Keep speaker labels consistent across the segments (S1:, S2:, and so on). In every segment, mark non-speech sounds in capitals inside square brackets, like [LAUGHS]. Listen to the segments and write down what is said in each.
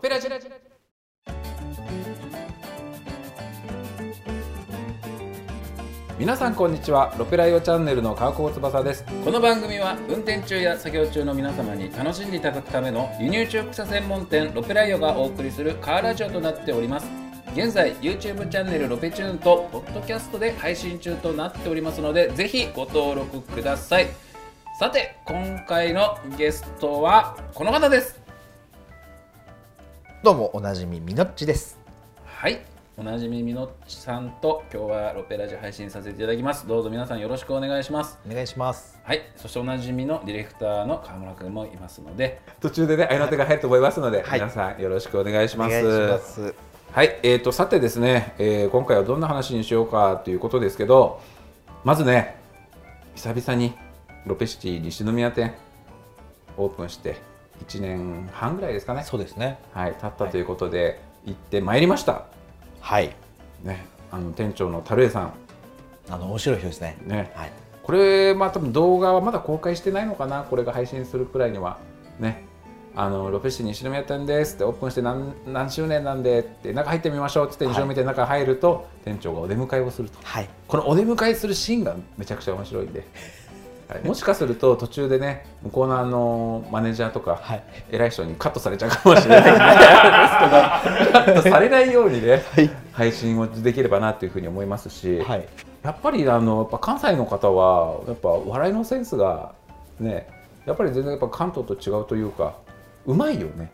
S1: ペラジラ皆さんこんにちはロペライオチャンネルの川久保翼です
S2: この番組は運転中や作業中の皆様に楽しんでいただくための輸入中古車専門店ロペライオがお送りするカーラジオとなっております現在 YouTube チャンネルロペチューンとポッドキャストで配信中となっておりますのでぜひご登録くださいさて今回のゲストはこの方です
S3: どうもおなじみみのっちです。
S2: はいおなじみみのっちさんと今日はロペラジオ配信させていただきますどうぞ皆さんよろしくお願いします
S3: お願いします。
S2: はいそしておなじみのディレクターの川村くんもいますので
S1: 途中でね愛の手が入ると思いますので、
S3: はい
S1: 皆さんよろしくお願いします
S3: す。
S1: はいえーとさてですね、えー今回はどんな話にしようかということですけどまずね久々にロペシティ西宮店オープンして1年半ぐらいですかね
S3: そうですね。
S1: はい経ったということで、行ってまいりました
S3: はい。
S1: ねあの店長の樽江さん
S3: あの面白い人ですね。
S1: ね
S3: はい。
S1: これ、まあ、多分動画はまだ公開してないのかな、これが配信するくらいには。ね、あのロペシ西宮店ですって、オープンして何何周年なんでって、中入ってみましょうって言って、
S3: はい
S1: 後ろ見て中入ると、店長がお出迎えをすると、
S3: はい。
S1: このお出迎えするシーンがめちゃくちゃ面白い [LAUGHS] んで、はいもしかすると途中でね、向こうのあのマネージャーとか、
S3: はい
S1: 偉い人にカットされちゃうかもしれない [LAUGHS] ですねあれですけど、カットされないようにね、
S3: い
S1: 配信をできればなというふうに思いますし。
S3: はい。
S1: やっぱりあのやっぱ関西の方はやっぱ笑いのセンスがねやっぱり全然やっぱ関東と違うというかうまいよね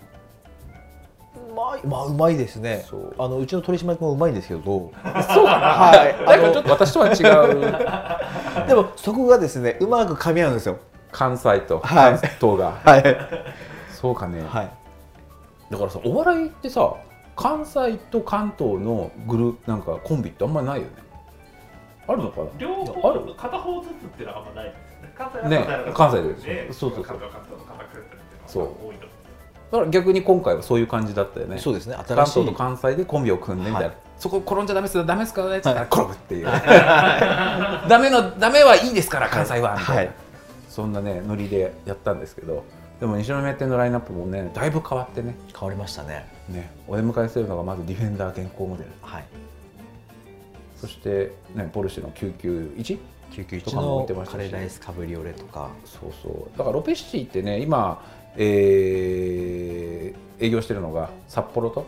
S3: うまい。まあうまいですね
S1: そう。
S3: あのうちの取締役もうまいんですけど。
S1: そうかな
S3: はい。
S1: なんかちょっと私とは違う
S3: あのでもそこがですねうまく噛み合うんですよ。
S1: 関西と
S3: はい
S1: 関東が、
S3: はい。
S1: そうかね、
S3: はい。
S1: だからさお笑いってさ関西と関東のグループなんかコンビってあんまりないよねあるのかな
S4: 両
S1: あ
S4: 方
S1: る
S4: 片方ずつっていうのはあんまないですね。関西は
S1: ね
S4: 関西
S1: 関西
S4: の方
S1: で
S4: ね
S1: そうそうそう
S4: 関東は関東の方来るって
S1: そ
S4: いううのが多いと。
S1: だから逆に今回はそういう感じだったよね
S3: そうですね。
S1: 関
S3: 新し
S1: 東と
S3: い。
S1: 関西でコンビを組んでみたいな、
S3: は
S1: そこ転んじゃダメですよダメですからねって言ったら
S3: はい
S1: 転ぶっていう、 [LAUGHS] ダメのダメはいいですから関西は、みたいな
S3: はい。
S1: そんなねノリでやったんですけどでも西宮店のラインナップもねだいぶ変わってね
S3: 変わりましたね。
S1: ねお出迎えするのがまずディフェンダー現行モデル
S3: はい。
S1: そして、ね、ポルシェの991
S3: 991
S1: とかも置いてま
S3: の
S1: したし
S3: カレーライスカブリオレとか。
S1: そうそうだからロペシティってね今、えー営業してるのが札幌と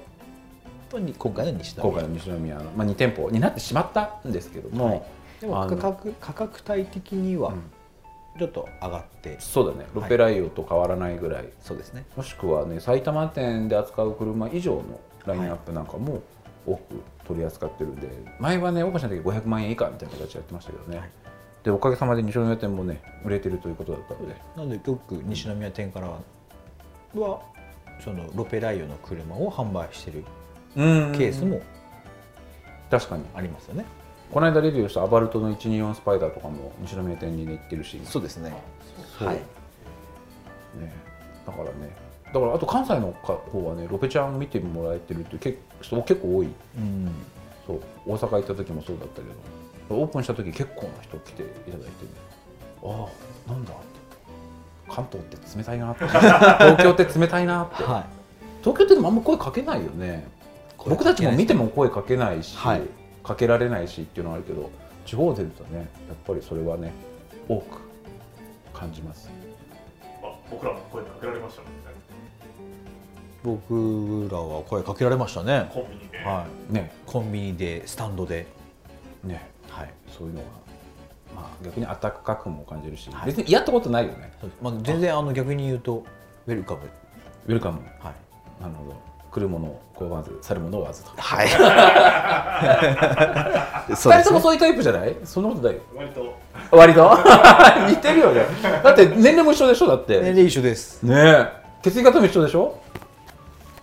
S3: 今回の西田。
S1: 今回の西宮の、まあ、2店舗になってしまったんですけども、
S3: でも
S1: あの
S3: 価格価格帯的には
S1: うん
S3: ちょっと上がって。
S1: そうだねロペライオと変わらないぐらい、
S3: そうですね。
S1: もしくはね埼玉店で扱う車以上のラインナップなんかも多く取り扱ってるんで、前はねオープンした時500万円以下みたいな形でやってましたけどね、
S3: はい
S1: でおかげさまで西宮店もね売れてるということだったので
S3: なのでよく西宮店からははそのロペライオの車を販売してる
S1: うん
S3: ケースも
S1: 確かに
S3: ありますよね。
S1: この間レビューしたアバルトの124スパイダーとかも西宮店に、ね、行ってるし
S3: そうですね。
S1: そう
S3: はい。
S1: ねだからねだからあと関西の方はねロペちゃん見てもらえてるって結構結構多い
S3: うん。
S1: そう大阪行った時もそうだったけどオープンした時結構な人来ていただいてねああなんだって関東って冷たいなって東京って冷たいなって
S3: は
S1: 東京ってでもあんま声かけないよね
S3: 声
S1: 僕
S3: か
S1: た
S3: け
S1: ち
S3: な
S1: も
S3: いですね
S1: 見ても声かけないし、
S3: はい
S1: かけられないしっていうのはあるけど地方出るとねやっぱりそれはね多く感じます
S4: あ僕らも声かけられましたもんね。
S3: い。僕らは声かけられましたね。
S4: コンビニで。
S3: は
S1: ね
S3: い。コンビニでスタンドで。
S1: ね
S3: はい。
S1: そういうのが、まあ、逆に温かくも感じるし、
S3: はい
S1: 別にやったことないよね
S3: そうですまあ全然あの逆に言うとウェルカム。
S1: ウェルカム
S3: はい。
S1: なるほど。来るものを拒まず、去るものを追わずと。
S3: [LAUGHS] はい。そう
S1: 二人
S3: です
S1: とも
S3: ね。
S1: そういうタイプじゃないそんなことないよ。
S4: 割と
S1: 割と [LAUGHS] 似てるよね。だって年齢も一緒でしょだって。
S3: 年齢一緒です。
S1: ねえ。血液型も一緒でしょ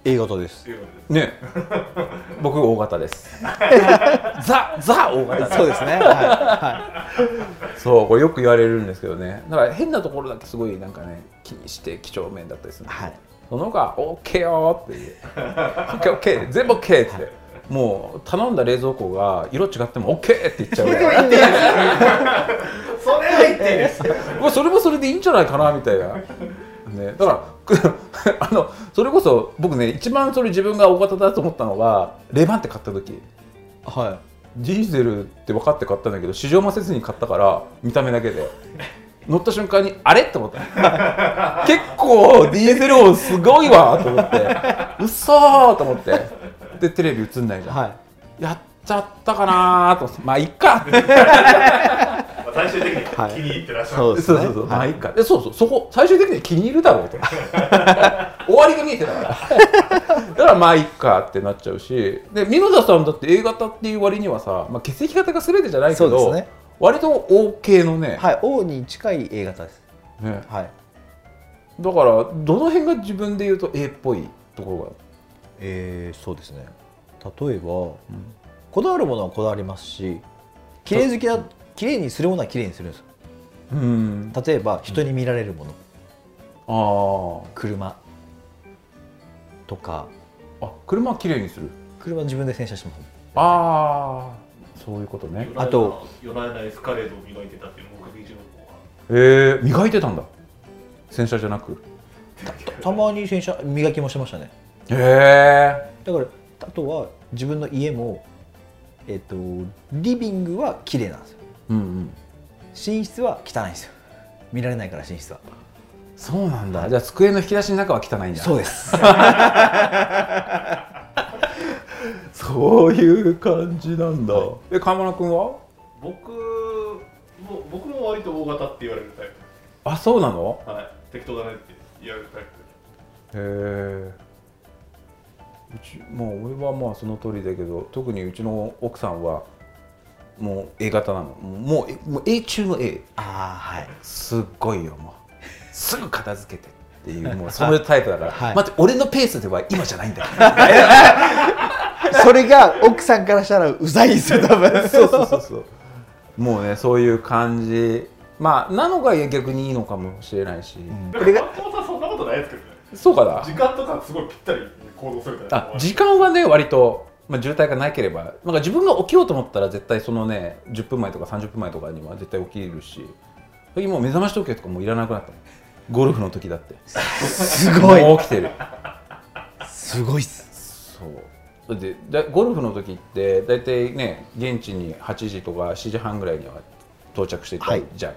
S3: A 型です
S4: って。いうので。
S1: ねえ。僕、大型
S3: [LAUGHS]
S1: です。ザ、ザ大型
S3: そうですね。は
S1: そう、これよく言われるんですけどね。だから変なところだけすごいなんかね、気にして几帳面だったりするん
S3: い。
S1: ですよ
S3: はい。
S1: その他、OK よーっていう。OK、OK、全部 OK って。もう頼んだ冷蔵庫が色違っても OK って言っちゃうぐらい
S3: [LAUGHS]
S4: それは言っていいです。
S1: まあ、それもそれでいいんじゃないかなみたいな、ね、だから [LAUGHS] あのそれこそ僕ね一番それ自分が大型だと思ったのがレバンって買った時
S3: は
S1: ディーゼルって分かって買ったんだけど市場もせずに買ったから見た目だけで乗った瞬間にあれって思った [LAUGHS] 結構ディーゼル音すごいわと思ってうっそーと思ってでテレビ映んないじ
S3: い
S1: ゃん、
S3: は
S1: やっちゃったかなーと思ってまあいっか
S4: まあ最終的に気に入ってらっしゃる、
S3: そうですね
S1: そうそうそう、ま
S3: は
S1: あ
S3: い
S1: いいかでそうそうそこ最終的には気に入るだろう
S3: [LAUGHS]
S1: と終わりが見えてたからだからまあいいかってなっちゃうしで美濃田さんだって A 型っていう割にはさ、まあ、血液型が全てじゃないけ
S3: そ
S1: ど、
S3: うですね
S1: 割と O 系のね,、
S3: いはい O に近い A 型です
S1: ね
S3: はい
S1: だからどの辺が自分で言うと A っぽいところが
S3: えー、そうですね例えば、こだわるものはこだわりますし綺麗好きだ綺麗にするものは綺麗にするんですよ
S1: うん
S3: 例えば人に見られるもの、
S1: あ
S3: 車とか
S1: ああ車は綺麗にする
S3: 車自分で洗車します
S1: ああそういうことね
S3: あと
S4: 寄られないエスカレードを磨いてたっていう目撃情報は
S1: えー、磨いてたんだ洗車じゃなく
S3: たまに洗車磨きもしてましたね
S1: へえ
S3: だからあとは自分の家もえっ、とリビングは綺麗なんですよ
S1: うんうん
S3: 寝室は汚いんですよ見られないから寝室は
S1: そうなんだ。じゃあ机の引き出しの中は汚いんだ。
S3: そうです [LAUGHS]
S1: そういう感じなんだ。え、川村君は？
S4: 僕も僕も割と大型って言われるタイ
S1: あ、そうなの？
S4: プはい適当だねって言われるタイプ
S1: へえ。うち、まあ俺はまあその通りだけど、特にうちの奥さんはもう A 型なの。もうもう A 中の A。
S3: ああはい
S1: すっごいよもう。すぐ片付けて。っていうもうそういうタイプだから、
S3: [LAUGHS] はい
S1: 待って俺のペースでは今じゃないんだよ
S3: それが奥さんからしたらうざいですよ多分
S1: そうそうそうそうもうねそういう感じまあなのが逆にいいのかもしれないし、
S4: でも松本さんそんなことないですけどね
S1: そうかな
S4: 時間とかすごいぴったり行動するから
S1: あ時間はね割と、まあ、渋滞がなければなんか自分が起きようと思ったら絶対そのね10分前とか30分前とかには絶対起きるし最近もう目覚まし時計とかもういらなくなったゴルフの時だって
S3: すごい
S1: もう起きてる
S3: すごいっす
S1: そうだってだゴルフの時って大体ね現地に8時とか7時半ぐらいには到着してた
S3: はい
S1: じゃ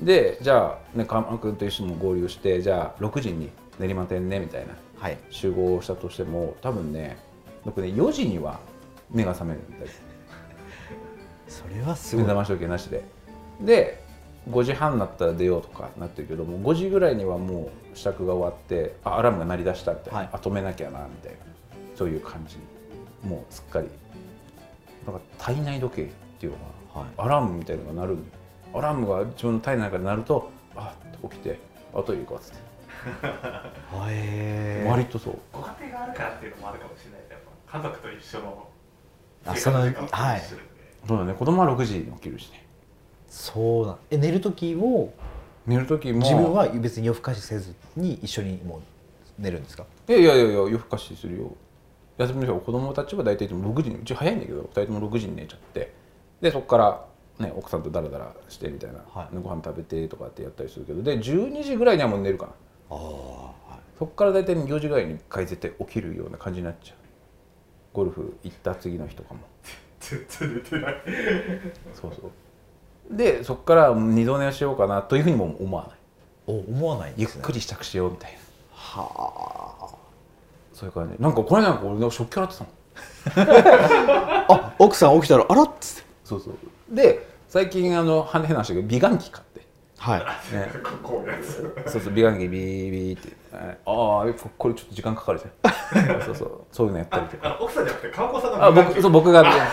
S1: ん、でじゃあね川間君と一緒にも合流してじゃあ6時に練馬店ねみたいな
S3: はい
S1: 集合したとしても多分ね僕ね4時には目が覚めるみたいです
S3: それはす
S1: 目
S3: ごい
S1: 覚まし時計なしでで5時半になったら出ようとかなってるけども5時ぐらいにはもう支度が終わってあアラームが鳴り出したみたいな、
S3: はい
S1: あ止めなきゃなみたいなそういう感じもうすっかりだから体内時計っていうのが、
S3: はい
S1: アラームみたいなのが鳴るアラームが自分の体内から鳴るとあ起きてあと行こうっつって、
S3: へ
S1: 割とそう
S4: ご家庭があるからっていうのもあるかもしれないけど家族と一緒の
S3: あその
S4: 生活時間を
S3: はい
S4: 一緒で
S1: そうだね子供は6時に起きるしね
S3: そうなんえ寝る時も
S1: 寝る時も
S3: 自分は別に夜更かしせずに一緒にもう寝るんですか
S1: いやいやいやいや夜更かしするよ休みの日は子供たちは大体いつも6時にうち早いんだけど2人とも6時に寝ちゃってでそこから、ね、奥さんとダラダラしてみたいな、
S3: はい
S1: ご飯食べてとかってやったりするけどで12時ぐらいにはもう寝るかな
S3: ああ
S1: そこから大体4時ぐらいに一回絶対起きるような感じになっちゃうゴルフ行った次の日とかも
S4: 全然寝てない
S1: そうそうでそこから二度寝しようかなというふうにも思わない
S3: お思わないん
S1: ゆ
S3: で
S1: っ
S3: すね
S1: くり支度しようみたいな
S3: はあ
S1: そういう感じなんかこの間なんか俺の食器洗ってたの
S3: あ奥さん起きたらあらっつって
S1: そうそうで最近あの変な話だけど美顔器買って
S3: はい
S1: ね、
S4: ここういうやつ
S1: そうそう美顔器ビービーってああーここれちょっと時間かかるじゃん [LAUGHS] そうそうそういうのやったりとか
S4: あ奥さんじゃなくて川子さんが
S1: あ僕そう僕がいや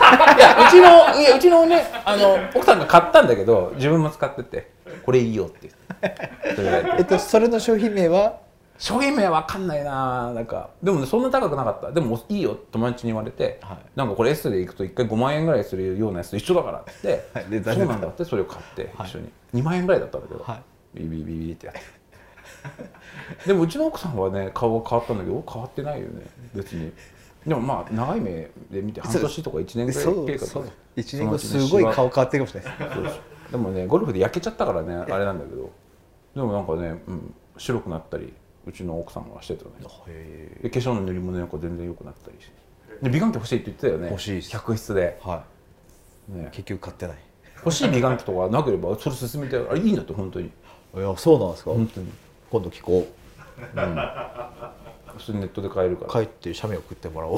S1: うちのいやうちのねあの奥さんが買ったんだけど自分も使っててこれいいよってそれがやって
S3: えっと、それの商品名は
S1: 商品名わかんないななんかでもねそんな高くなかったでもいいよ友達に言われて、
S3: はい
S1: なんかこれ S でいくと1回5万円ぐらいするようなやつと一緒だからって言って、
S3: はいで
S1: そうなんだってそれを買って
S3: はい
S1: 一緒に、2万円ぐらいだったんだけど、
S3: は
S1: ビリビリビリビリってやってでもうちの奥さんはね顔が変わったんだけど変わってないよね別にでもまあ長い目で見て半年とか1年ぐらい経過とかね
S3: 1年後すごい
S1: そのうちねシワ
S3: 顔変わってるかもしれないです
S1: そうですでもねゴルフで焼けちゃったからねあれなんだけどでもなんかね、うん、白くなったりうちの奥さんはしてたのね
S3: へ
S1: で化粧の塗り物なんか全然良くなったりしてで美顔器欲しいって言ってたよね
S3: 欲しいです
S1: 客室で、
S3: ーは
S1: ね
S3: い、結局買ってない
S1: 欲しい美顔器とかなければそれ勧めてあれいいんだって本当に
S3: いやそうなんですか、
S1: 本当に
S3: 今度聞こ
S1: それネットで買えるか
S3: う
S1: ら
S3: 帰って写メ送ってもらお
S1: [LAUGHS]
S3: う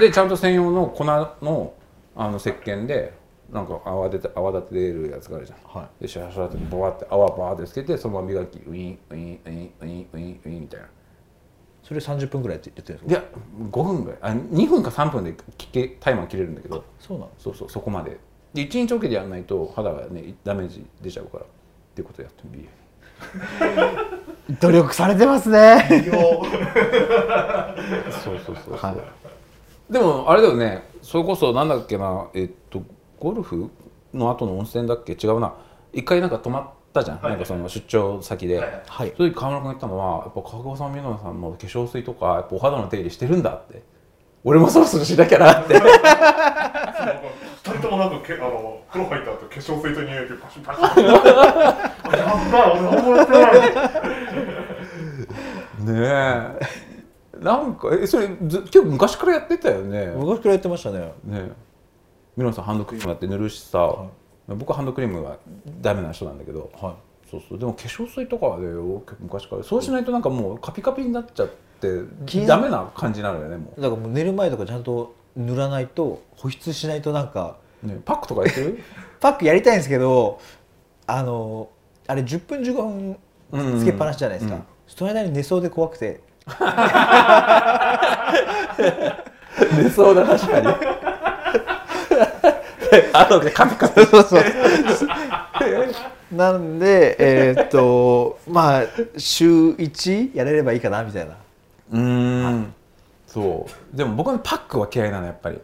S1: でちゃんと専用の粉のあの石鹸でなんか泡立て泡立て出るやつがあるじゃん、
S3: は
S1: でシャラシャラってボワって泡バーってつけてそのまま磨きウィンウィンウィンウィンウィンウィンみたいな
S3: それ30分ぐらいって言ってるん
S1: い
S3: ですか
S1: や5分ぐらいあ2分か3分で切けタイマー切れるんだけど
S3: そうなんです
S1: そうそうそこまでで1日おきでやんないと肌がねダメージ出ちゃうからっていうことやってみる
S3: 努力されてますね
S1: [LAUGHS] そうそうそうそう、
S3: は
S1: でもあれだよねそれこそなんだっけなえっとゴルフの後の温泉だっけ違うな一回なんか泊まったじゃん、
S4: はい
S1: なんかその出張先で、
S4: はい
S3: はい
S1: その時川村君が言ったのはやっぱ川久保さん美濃さんの化粧水とかやっぱお肌の手入れしてるんだって俺もそろそろしなきゃなって
S4: 二人ともなんかけあの風呂入った後化粧水と匂いでパシュパシュやった俺何もやってない
S1: ねえなんかえそれず結構昔からやってたよね
S3: 昔からやってましたね
S1: ね美濃さんハンドクリームだって塗るしさ、僕はハンドクリームはダメな人なんだけど、
S3: は
S1: そうそうでも化粧水とかはね結構昔からそうしないとなんかもうカピカピになっちゃって
S3: 金
S1: ダメな感じになるよねも
S3: いだからもう寝る前とかちゃんと塗らないと保湿しないとなんか
S1: う、ね、パックとかやってる
S3: パックやりたいんですけどあのあれ10分15
S1: うんうん
S3: 分つけっぱなしじゃないですか、
S1: うん
S3: その間に寝そうで怖くて
S1: [LAUGHS] 寝そうだ確かにあと [LAUGHS] でカピカピ
S3: そうそう。なんで、えーっと、まあ、週一やれればいいかなみたいな。
S1: うーんそうでも僕はパックは嫌いなのやっぱり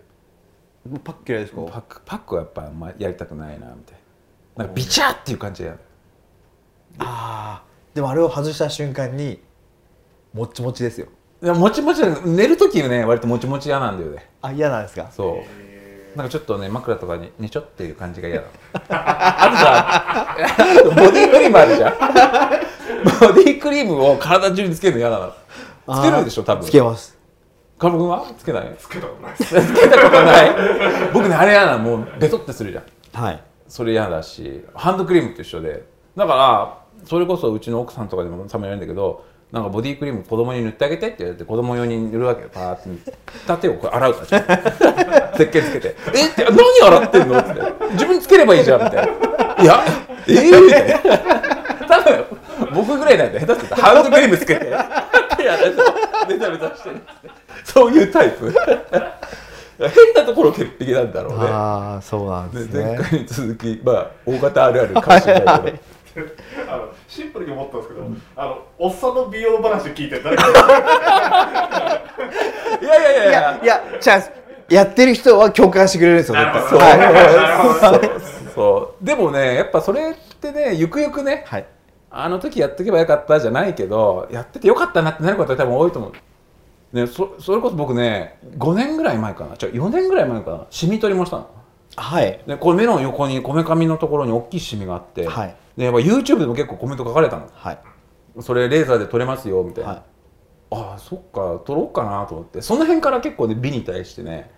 S3: パック嫌いです
S1: パックパックはやっぱあんまやりたくないなみたいななんかビチャーっていう感じでやる
S3: ああ、でもあれを外した瞬間に。もっちもちですよ。
S1: いやもちもちだ寝る時ね割ともちもち嫌なんだよね
S3: あ、嫌なんですか。
S1: そう。なんかちょっとね、枕とかに寝ちょっていう感じが嫌だ。あとさ、ボディクリームあるじゃん。ボディクリームを体中につけるの嫌なの。つけるでしょ、多分。
S3: つけます。
S1: カブ君はつけないつ
S4: つけたことないです
S1: けたことない。僕ね、あれ嫌なの。もう、ベトってするじゃん。
S3: はい。
S1: それ嫌だし、ハンドクリームと一緒で。だから、それこそうちの奥さんとかでもたまにやるんだけど、なんかボディクリーム子供に塗ってあげてって言われて子供用に塗るわけよパーって塗って手をこう洗うからちょっと石鹸つけて「えっ?」て「何洗ってんの?」って自分つければいいじゃん」みたいな「いやええ多分僕ぐらいなんで下手するとハンドクリームつけて手洗ってベタベタしてるそういうタイプ変なところ潔癖なんだろうね
S3: ああ、そうなんで
S1: です前
S3: ね。
S1: 回に続き、まあ、大型あるあるかもしれないけど、
S4: あのシンプルに思ったんですけどあのおっさんの美容話聞いて誰か
S1: い、やいやいや
S3: い
S1: い
S3: や、
S1: や、
S3: いや、チャンス。やってる人は共感してくれるんですよ。
S4: [LAUGHS] なるほ
S3: 絶
S4: ど
S3: 対はい。
S4: なるほど
S1: そう、でもね、やっぱそれってね、ゆくゆくね、
S3: はい。
S1: あの時やっとけばよかったじゃないけど、やっててよかったなってなることは多分多いと思う。ね、そそれこそ僕ね、5年ぐらい前かな、違う、4年ぐらい前かな、シミ取りもしたの。
S3: はい。
S1: で、これメロン横に、こめかみのところに大きいシミがあって、
S3: はい
S1: でやっぱ YouTube でも結構コメント書かれたの。
S3: はい。
S1: それレーザーで取れますよ、みたいな。
S3: は
S1: ああそっか撮ろうかなと思ってその辺から結構ね美に対してね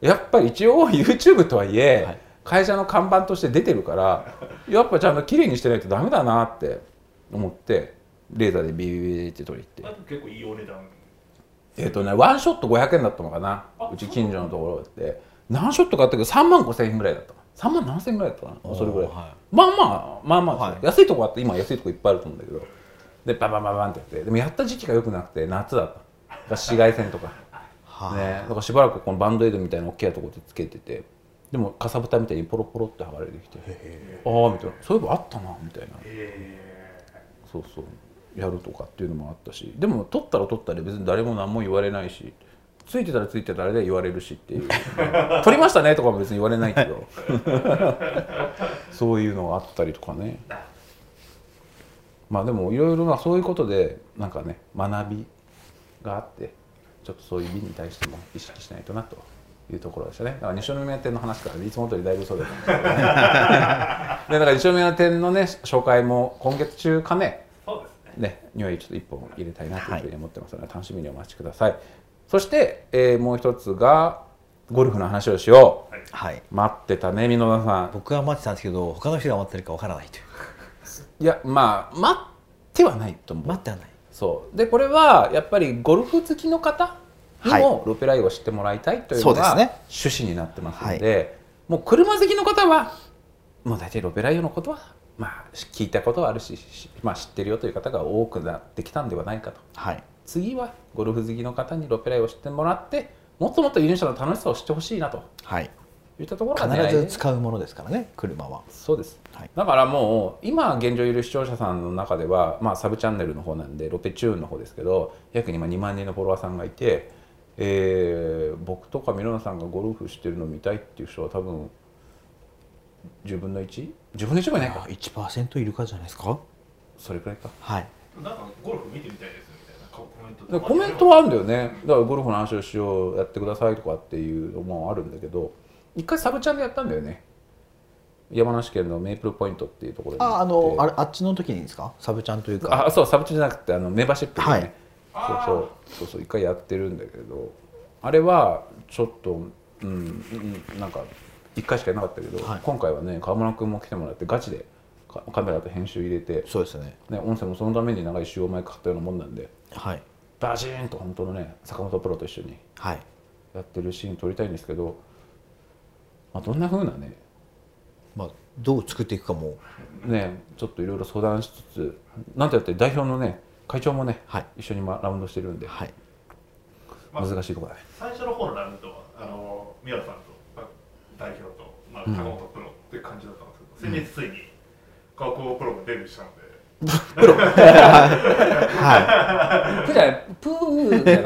S1: やっぱり一応 YouTube とはいえ、
S3: はい
S1: 会社の看板として出てるからやっぱちゃんと綺麗にしてないとダメだなって思ってレーザーでビビビビって撮り行って
S4: 結構いいお値段
S1: えっ、とねワンショット500円だったのかな
S4: あ
S1: うち近所のところって何ショットかあったけど3万5000円ぐらいだった3万7000円ぐらいだったかなそれぐらい、
S3: おーはい
S1: まあまあまあまあ、
S3: はい
S1: 安いとこあって今安いとこいっぱいあると思うんだけどでバンバンバンバンってやってでもやった時期が良くなくて夏だっただから紫外線とか
S3: は
S1: ね、だからしばらくこのバンドエイドみたいな大きいとこでつけててでもかさぶたみたいにポロポロって剥がれてきてああみたいなそういえばあったなみたいなそうそうやるとかっていうのもあったしでも取ったら取ったで別に誰も何も言われないしついてたらついてたらで言われるしっていう [LAUGHS] 取りましたねとかも別に言われないけどそういうのがあったりとかねまあでもいろいろなそういうことでなんかね学びがあってちょっとそういう美に対しても意識しないとなというところでしたねだから西宮店の話からいつも通りだいぶそうだったんです [LAUGHS] けどねでだから西宮店のね紹介も今月中かね
S4: そうですね
S1: ね、匂いちょっと一本入れたいなというふうに思ってますので、楽しみにお待ちください。そして、えーもう一つがゴルフの話をしよう。
S3: はい
S1: 待ってたね、箕輪さん。
S3: 僕は待ってたんですけど他の人が待ってるかわからないという
S1: いや、まあ待ってはないと思う。
S3: 待ってはない
S1: そうでこれはやっぱりゴルフ好きの方に
S3: はい
S1: もロペライを知ってもらいたいという
S3: そ
S1: の
S3: うです
S1: が
S3: ね
S1: 趣旨になってますのでもう車好きの方はもう大体ロペライオのことは、まあ、し聞いたことはあるし、しまあ、知ってるよという方が多くなってきたんではないかと
S3: はい
S1: 次はゴルフ好きの方にロペライを知ってもらってもっともっと輸入車の楽しさを知ってほしいなと
S3: はい
S1: いったところが狙い
S3: 必ず
S1: です
S3: 使うものですからね車は
S1: そうです、
S3: はい
S1: だからもう今現状いる視聴者さんの中では、まあ、サブチャンネルの方なんでロペチューンの方ですけど約今2万人のフォロワーさんがいて、えー僕とかミロナさんがゴルフしてるの見たいっていう人は多分10分の 1?10 分の1もいないか
S3: 1%いるかじゃないですか
S1: それくらいか
S3: はい
S4: なんかゴルフ見てみたいですみたいなコメン
S1: で
S4: ト
S1: コメントはあるんだよねだからゴルフの話をしようやってくださいとかっていうのもあるんだけど一回サブチャンでやったんだよね山梨県のメイプルポイントっていうところに行って
S3: ああのあれあっちの時にですかサブちゃんというか
S1: あそうサブチューじゃなくてあのメンバーシップでね、
S3: はい
S1: そうそうそうそう一回やってるんだけどあれはちょっとうんうんなんか一回しかやらなかったけど、
S3: はい
S1: 今回はね川村君も来てもらってガチでカカメラと編集入れて、
S3: そうですね
S1: ね、音声もそのために長い週を前買ったようなもんなんで
S3: はい
S1: バシーンと本当のね坂本プロと一緒に
S3: はい
S1: やってるシーン撮りたいんですけど、まあ、どんな風なね
S3: まあどう作っていくかも
S1: ねちょっといろいろ相談しつつなんてやって代表のね会長もね、
S3: はい
S1: 一緒にまラウンドしてるんで、
S3: はい
S4: まあ
S1: 難しいとこだね
S4: 最初の方のラウンドはあの宮野さんと、まあ、代表と、まあ、
S1: うん
S4: 高本プロっていう感じだったんですけど、先日ついに高校プロがデビューしたので、
S3: は
S1: プじゃない、プーじゃ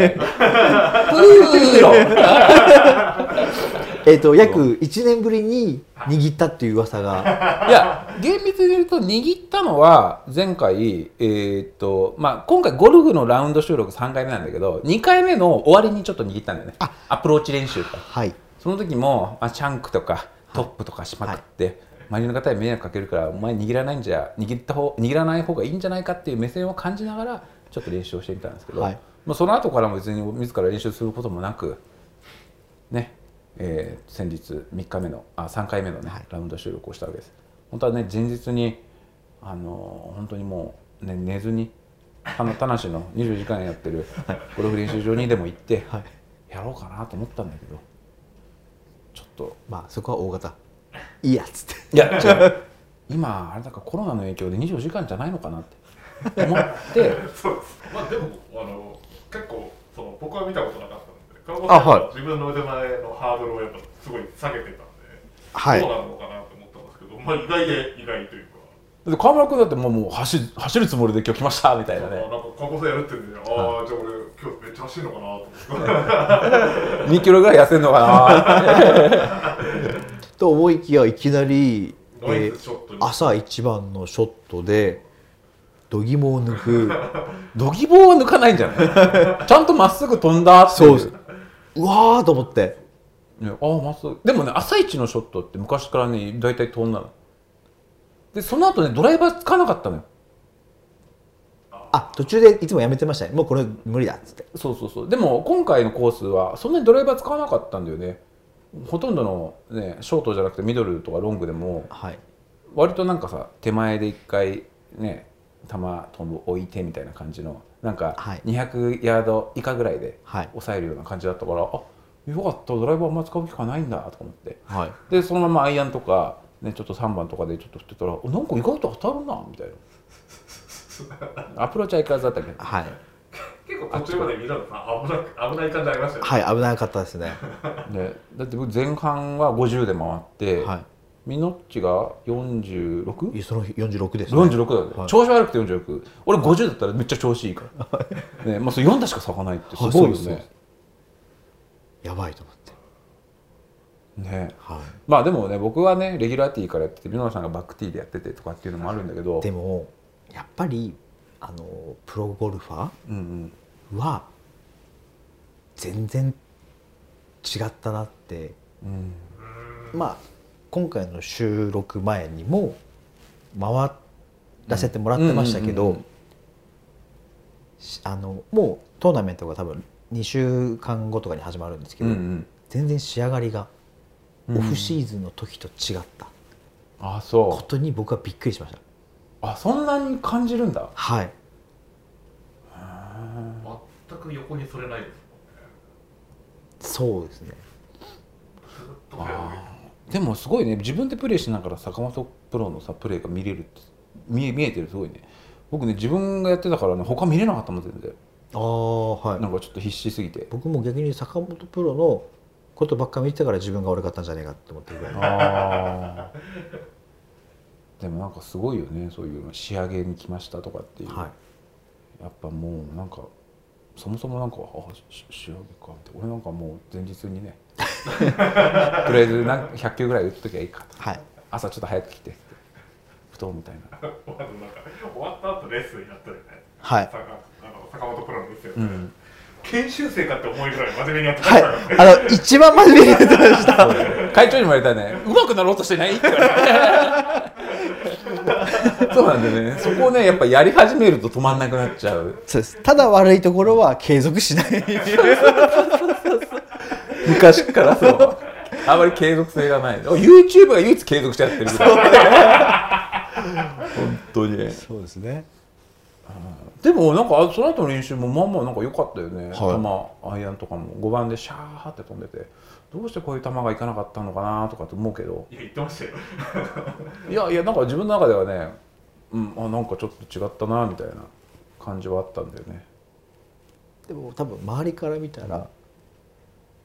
S1: [LAUGHS] ない。プーロ。
S3: [LAUGHS] いえっと約1年ぶりに握ったっていう噂 [LAUGHS] が
S1: いや、厳密に言うと、握ったのは、前回、えーっと、まあ、今回ゴルフのラウンド収録3回目なんだけど、2回目の終わりにちょっと握ったんだよね。アプローチ練習とか。
S3: はい
S1: その時も、まあ、チャンクとか、トップとかしまくって、周りの方に迷惑かけるから、お前握らないんじゃ、握った方、握らない方がいいんじゃないかっていう目線を感じながら、ちょっと練習をしてみたんですけど、
S3: はい
S1: まあ、その後からも別に自ら練習することもなく、ねえー先日3日目のあ3回目の、ね
S3: はい
S1: ラウンド収録をしたわけです本当はね前日にあのー本当にもう、ね、寝ずにあの田無の24時間やってるゴルフ練習場にでも行って、
S3: はい
S1: やろうかなと思ったんだけどちょっと
S3: まあそこは大型いいやつっ
S1: い [LAUGHS]
S3: て [LAUGHS]
S1: や違う今あれだからコロナの影響で24時間じゃないのかなって思って
S4: [LAUGHS] そうですまあでもあの結構その僕は見たことなかったので高
S3: あはい
S4: 校さんは自分の腕前のハードルをやっぱすごい下げてたんで、
S3: はい
S4: どうなるのかなと思ったんですけど、まあ、意外で意外というか。
S1: で川村君だってもうもう走る走るつもりで今日来ましたみたいな
S4: なんか
S1: ね
S4: 高校生やるって言うんで、ああ、じゃあ俺、今日めっちゃ走るのかなと思って。
S1: 2キロぐらい痩せるのかな
S3: と思いきやいきなり、え
S4: ナイ
S3: ー
S4: スショットに
S3: 朝一番のショットで度肝を抜く [LAUGHS]
S1: 度肝は抜かないんじゃないちゃんとまっすぐ飛んだってい
S3: そうですうわーと思って
S1: ねああまっすぐでもね朝一のショットって昔からね大体飛んだのでその後ねドライバーつかなかったのよ
S3: あ途中でいつもやめてましたねもうこれ無理だっつって
S1: そうそうそうでも今回のコースはそんなにドライバー使わなかったんだよねほとんどの、ね、ショートじゃなくてミドルとかロングでも
S3: はい
S1: 割となんかさ手前で一回ね球飛ぶ置いてみたいな感じのなんか
S3: はい
S1: 200ヤード以下ぐらいで
S3: はい
S1: 抑えるような感じだったから、あよかったドライバーあんま使う機会ないんだとか思って
S3: はい
S1: でそのままアイアンとか、ね、ちょっと3番とかでちょっと振ってたらおなんか意外と当たるなみたいなアプローチは相変わらずだったけど
S3: はい、
S4: 結構途中まで見たのさ、危なく危ない感じありましたよね。
S3: はい、危なかったですね
S1: でだって僕前半は50で回って、
S3: は
S1: ミノッチが 46?46
S3: いいやその日46です、ね、
S1: だよね、
S3: はい
S1: 調子悪くて46俺50だったらめっちゃ調子いいから、ねまあ、それ4打しか差がないってす
S3: はい
S1: ごいよ
S3: そうで
S1: ね
S3: すやばいと思って
S1: ね
S3: は
S1: まあでもね僕はねレギュラーティーからやっててミノさんがバックティーでやっててとかっていうのもあるんだけど
S3: いでもやっぱりあのプロゴルファ
S1: うんうん
S3: ーは全然違ったなって
S1: うん
S3: まあ今回の収録前にも回らせてもらってました
S1: う
S3: け
S1: んうん
S3: ど
S1: うん
S3: しあのもうトーナメントが多分2週間後とかに始まるんですけ
S1: う
S3: ど、
S1: んうん
S3: 全然仕上がりが
S1: うん
S3: オフシーズンの時と違った
S1: あ
S3: こ
S1: そう
S3: とに僕はびっくりしました
S1: あそんなに感じるんだ
S3: はい
S4: 全く横にそれないです
S3: そうですね
S4: ずっと早い
S1: でもすごいね自分でプレーしながら坂本プロのさプレーが見れるって見え見えてるすごいね僕ね自分がやってたからね他見れなかったもん全然
S3: ああはい
S1: なんかちょっと必死すぎて
S3: 僕も逆に坂本プロのことばっか見てたから自分が悪かったんじゃねえかって思ってるぐらい
S1: あーでもなんかすごいよねそういうの仕上げに来ましたとかっていう、
S3: はい
S1: やっぱもうなんかそもそもなんかあし仕上げかって俺なんかもう前日に
S3: [LAUGHS]
S1: ねとりあえずなん100球ぐらい打っときゃいいかと
S3: はい
S1: 朝ちょっと早く来てって布団みたいな
S4: まずなんか終わった後レッスンやったよね
S3: はい
S4: 坂あの坂本プロのレッスン、
S1: うん
S4: 研修生かって思いぐらい真面目にやってま
S3: は
S4: し
S3: い
S4: たからね、
S3: あの一番真面目にやってました
S1: 会長にも言われたねうまくなろうとしてないって言わ
S3: [LAUGHS]
S1: れてそうなんだよねそこをねやっぱやり始めると止まんなくなっちゃう
S3: そうですただ悪いところは継続しない昔
S1: からそうあまり継続性がない YouTube が唯一継続してやってるぐらい本当に
S3: そうですね
S1: でもなんかあその後の練習もまあまあなんか良かったよね、
S3: は
S1: 球アイアンとかも5番でシャーって飛んでてどうしてこういう球がいかなかったのかなとかと思うけど
S4: いや言ってましたよ
S1: いやいやなんか自分の中ではね、うん、あなんかちょっと違ったなみたいな感じはあったんだよね
S3: でも多分周りから見たら、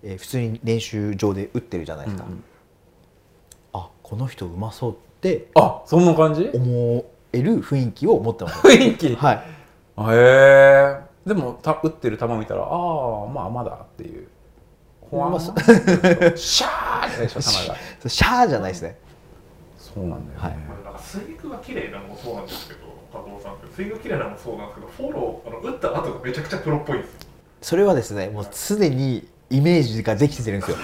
S3: えー普通に練習場で打ってるじゃないですか、
S1: うんうん
S3: あこの人うまそうって
S1: あそんな感じ
S3: 思える雰囲気を持ってます
S1: 雰囲気
S3: はい
S1: へえでもた打ってる球見たらああまあまだっていうほわん
S3: まあそ
S1: [LAUGHS] シャーってでしょ
S3: [LAUGHS]
S1: 球が
S3: そうシャーじゃないですね
S1: そうなんだよね、
S3: はい
S4: まあなんかスイングが綺麗なのもそうなんですけど加藤さんってスイングが綺麗なのもそうなんですけどフォローあの打った後がめちゃくちゃプロっぽいんですよ
S3: それはですねもう常にイメージができてるんですよ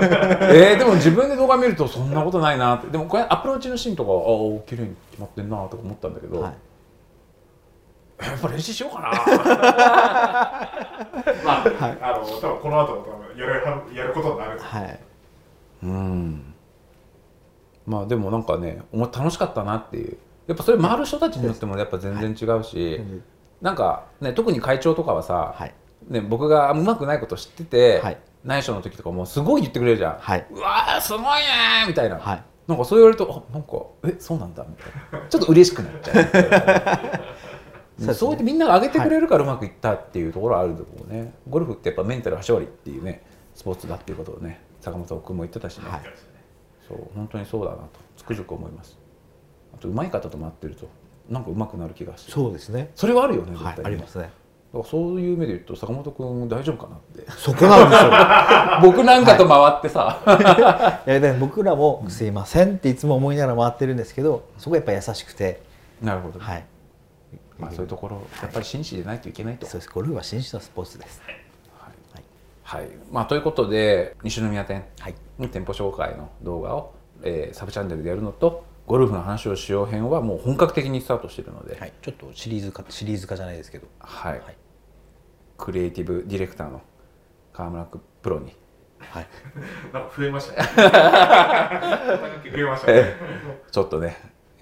S1: えー、でも自分で動画見るとそんなことないなってでもこれアプローチのシーンとかああ綺麗に決まってんなとか思ったんだけど、
S3: はい
S1: やっぱ練習しようかな
S4: まあ、
S3: はい
S4: あの多分この後も多分やるはやることになるんですよ
S3: はい
S1: うん [LAUGHS] まあでもなんかねおも楽しかったなっていうやっぱそれ回る人たちによってもやっぱ全然違うし、なんかね特に会長とかはさ、
S3: はい
S1: ね、僕がうまくないこと知ってて、
S3: はい
S1: 内緒の時とかもすごい言ってくれるじゃん、
S3: はいう
S1: わーすごいねーみたいな、
S3: はい
S1: なんかそう言われるとあなんかえそうなんだみたいなちょっと嬉しくなっ
S3: [LAUGHS]
S1: ちゃうみたいな
S3: す
S1: そう
S3: ね
S1: やってみんなが上げてくれるからうまくいったっていうところはあると思うねゴルフってやっぱメンタル8割っていうねスポーツだっていうことをね坂本君も言ってたしね、
S3: はい
S1: そう本当にそうだなとつくづく思いますあと上手い方と回ってるとなんか上手くなる気がして
S3: そうですね
S1: それはあるよね絶対
S3: はい
S1: ね
S3: ありますね
S1: だからそういう目で言うと坂本君大丈夫かなって
S3: そこなんですよ
S1: [LAUGHS] 僕なんかと回ってさ、
S3: いやでも僕らも「すいません」っていつも思いながら回ってるんですけどそこはやっぱ優しくて
S1: [LAUGHS] なるほど、
S3: はい
S1: まあ、そういうところやっぱり紳士でないといけないと、
S3: そうですゴルフは紳士のスポーツです
S1: はいまあ、ということで西宮店
S3: はい
S1: の店舗紹介の動画を、えーサブチャンネルでやるのとゴルフの話をしよう編はもう本格的にスタートしているので、
S3: はいちょっとシリーズ化シリーズ化じゃないですけど
S1: はい
S3: はい
S1: クリエイティブディレクターの川村君プロに
S3: はい
S4: なんか増え
S3: [LAUGHS]
S4: ましたね [LAUGHS] 肩書き増えましたね
S1: ちょっとね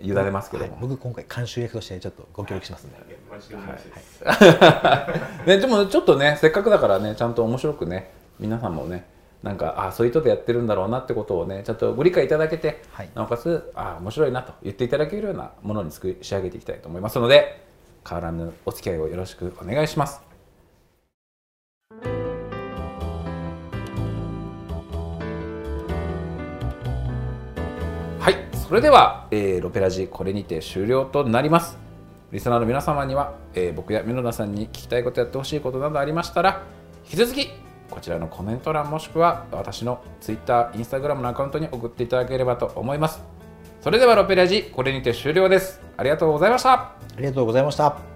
S1: 委ねますけども、
S3: 僕今回監修役としてちょっとご協力しますんで
S4: マジで嬉しいです、
S1: [LAUGHS] ね、でもちょっとねせっかくだからねちゃんと面白くね皆さんもねなんかあそういう人でやってるんだろうなってことをねちゃんとご理解いただけて、
S3: はい
S1: なおかつあ面白いなと言っていただけるようなものに作り仕上げていきたいと思いますので変わらぬお付き合いをよろしくお願いします。はい、それでは、えーロペラジこれにて終了となります。リスナーの皆様には、えー僕やミノナさんに聞きたいことやってほしいことなどありましたら、引き続きこちらのコメント欄もしくは私の Twitter、Instagram のアカウントに送っていただければと思います。それではロペラジこれにて終了です。ありがとうございました。
S3: ありがとうございました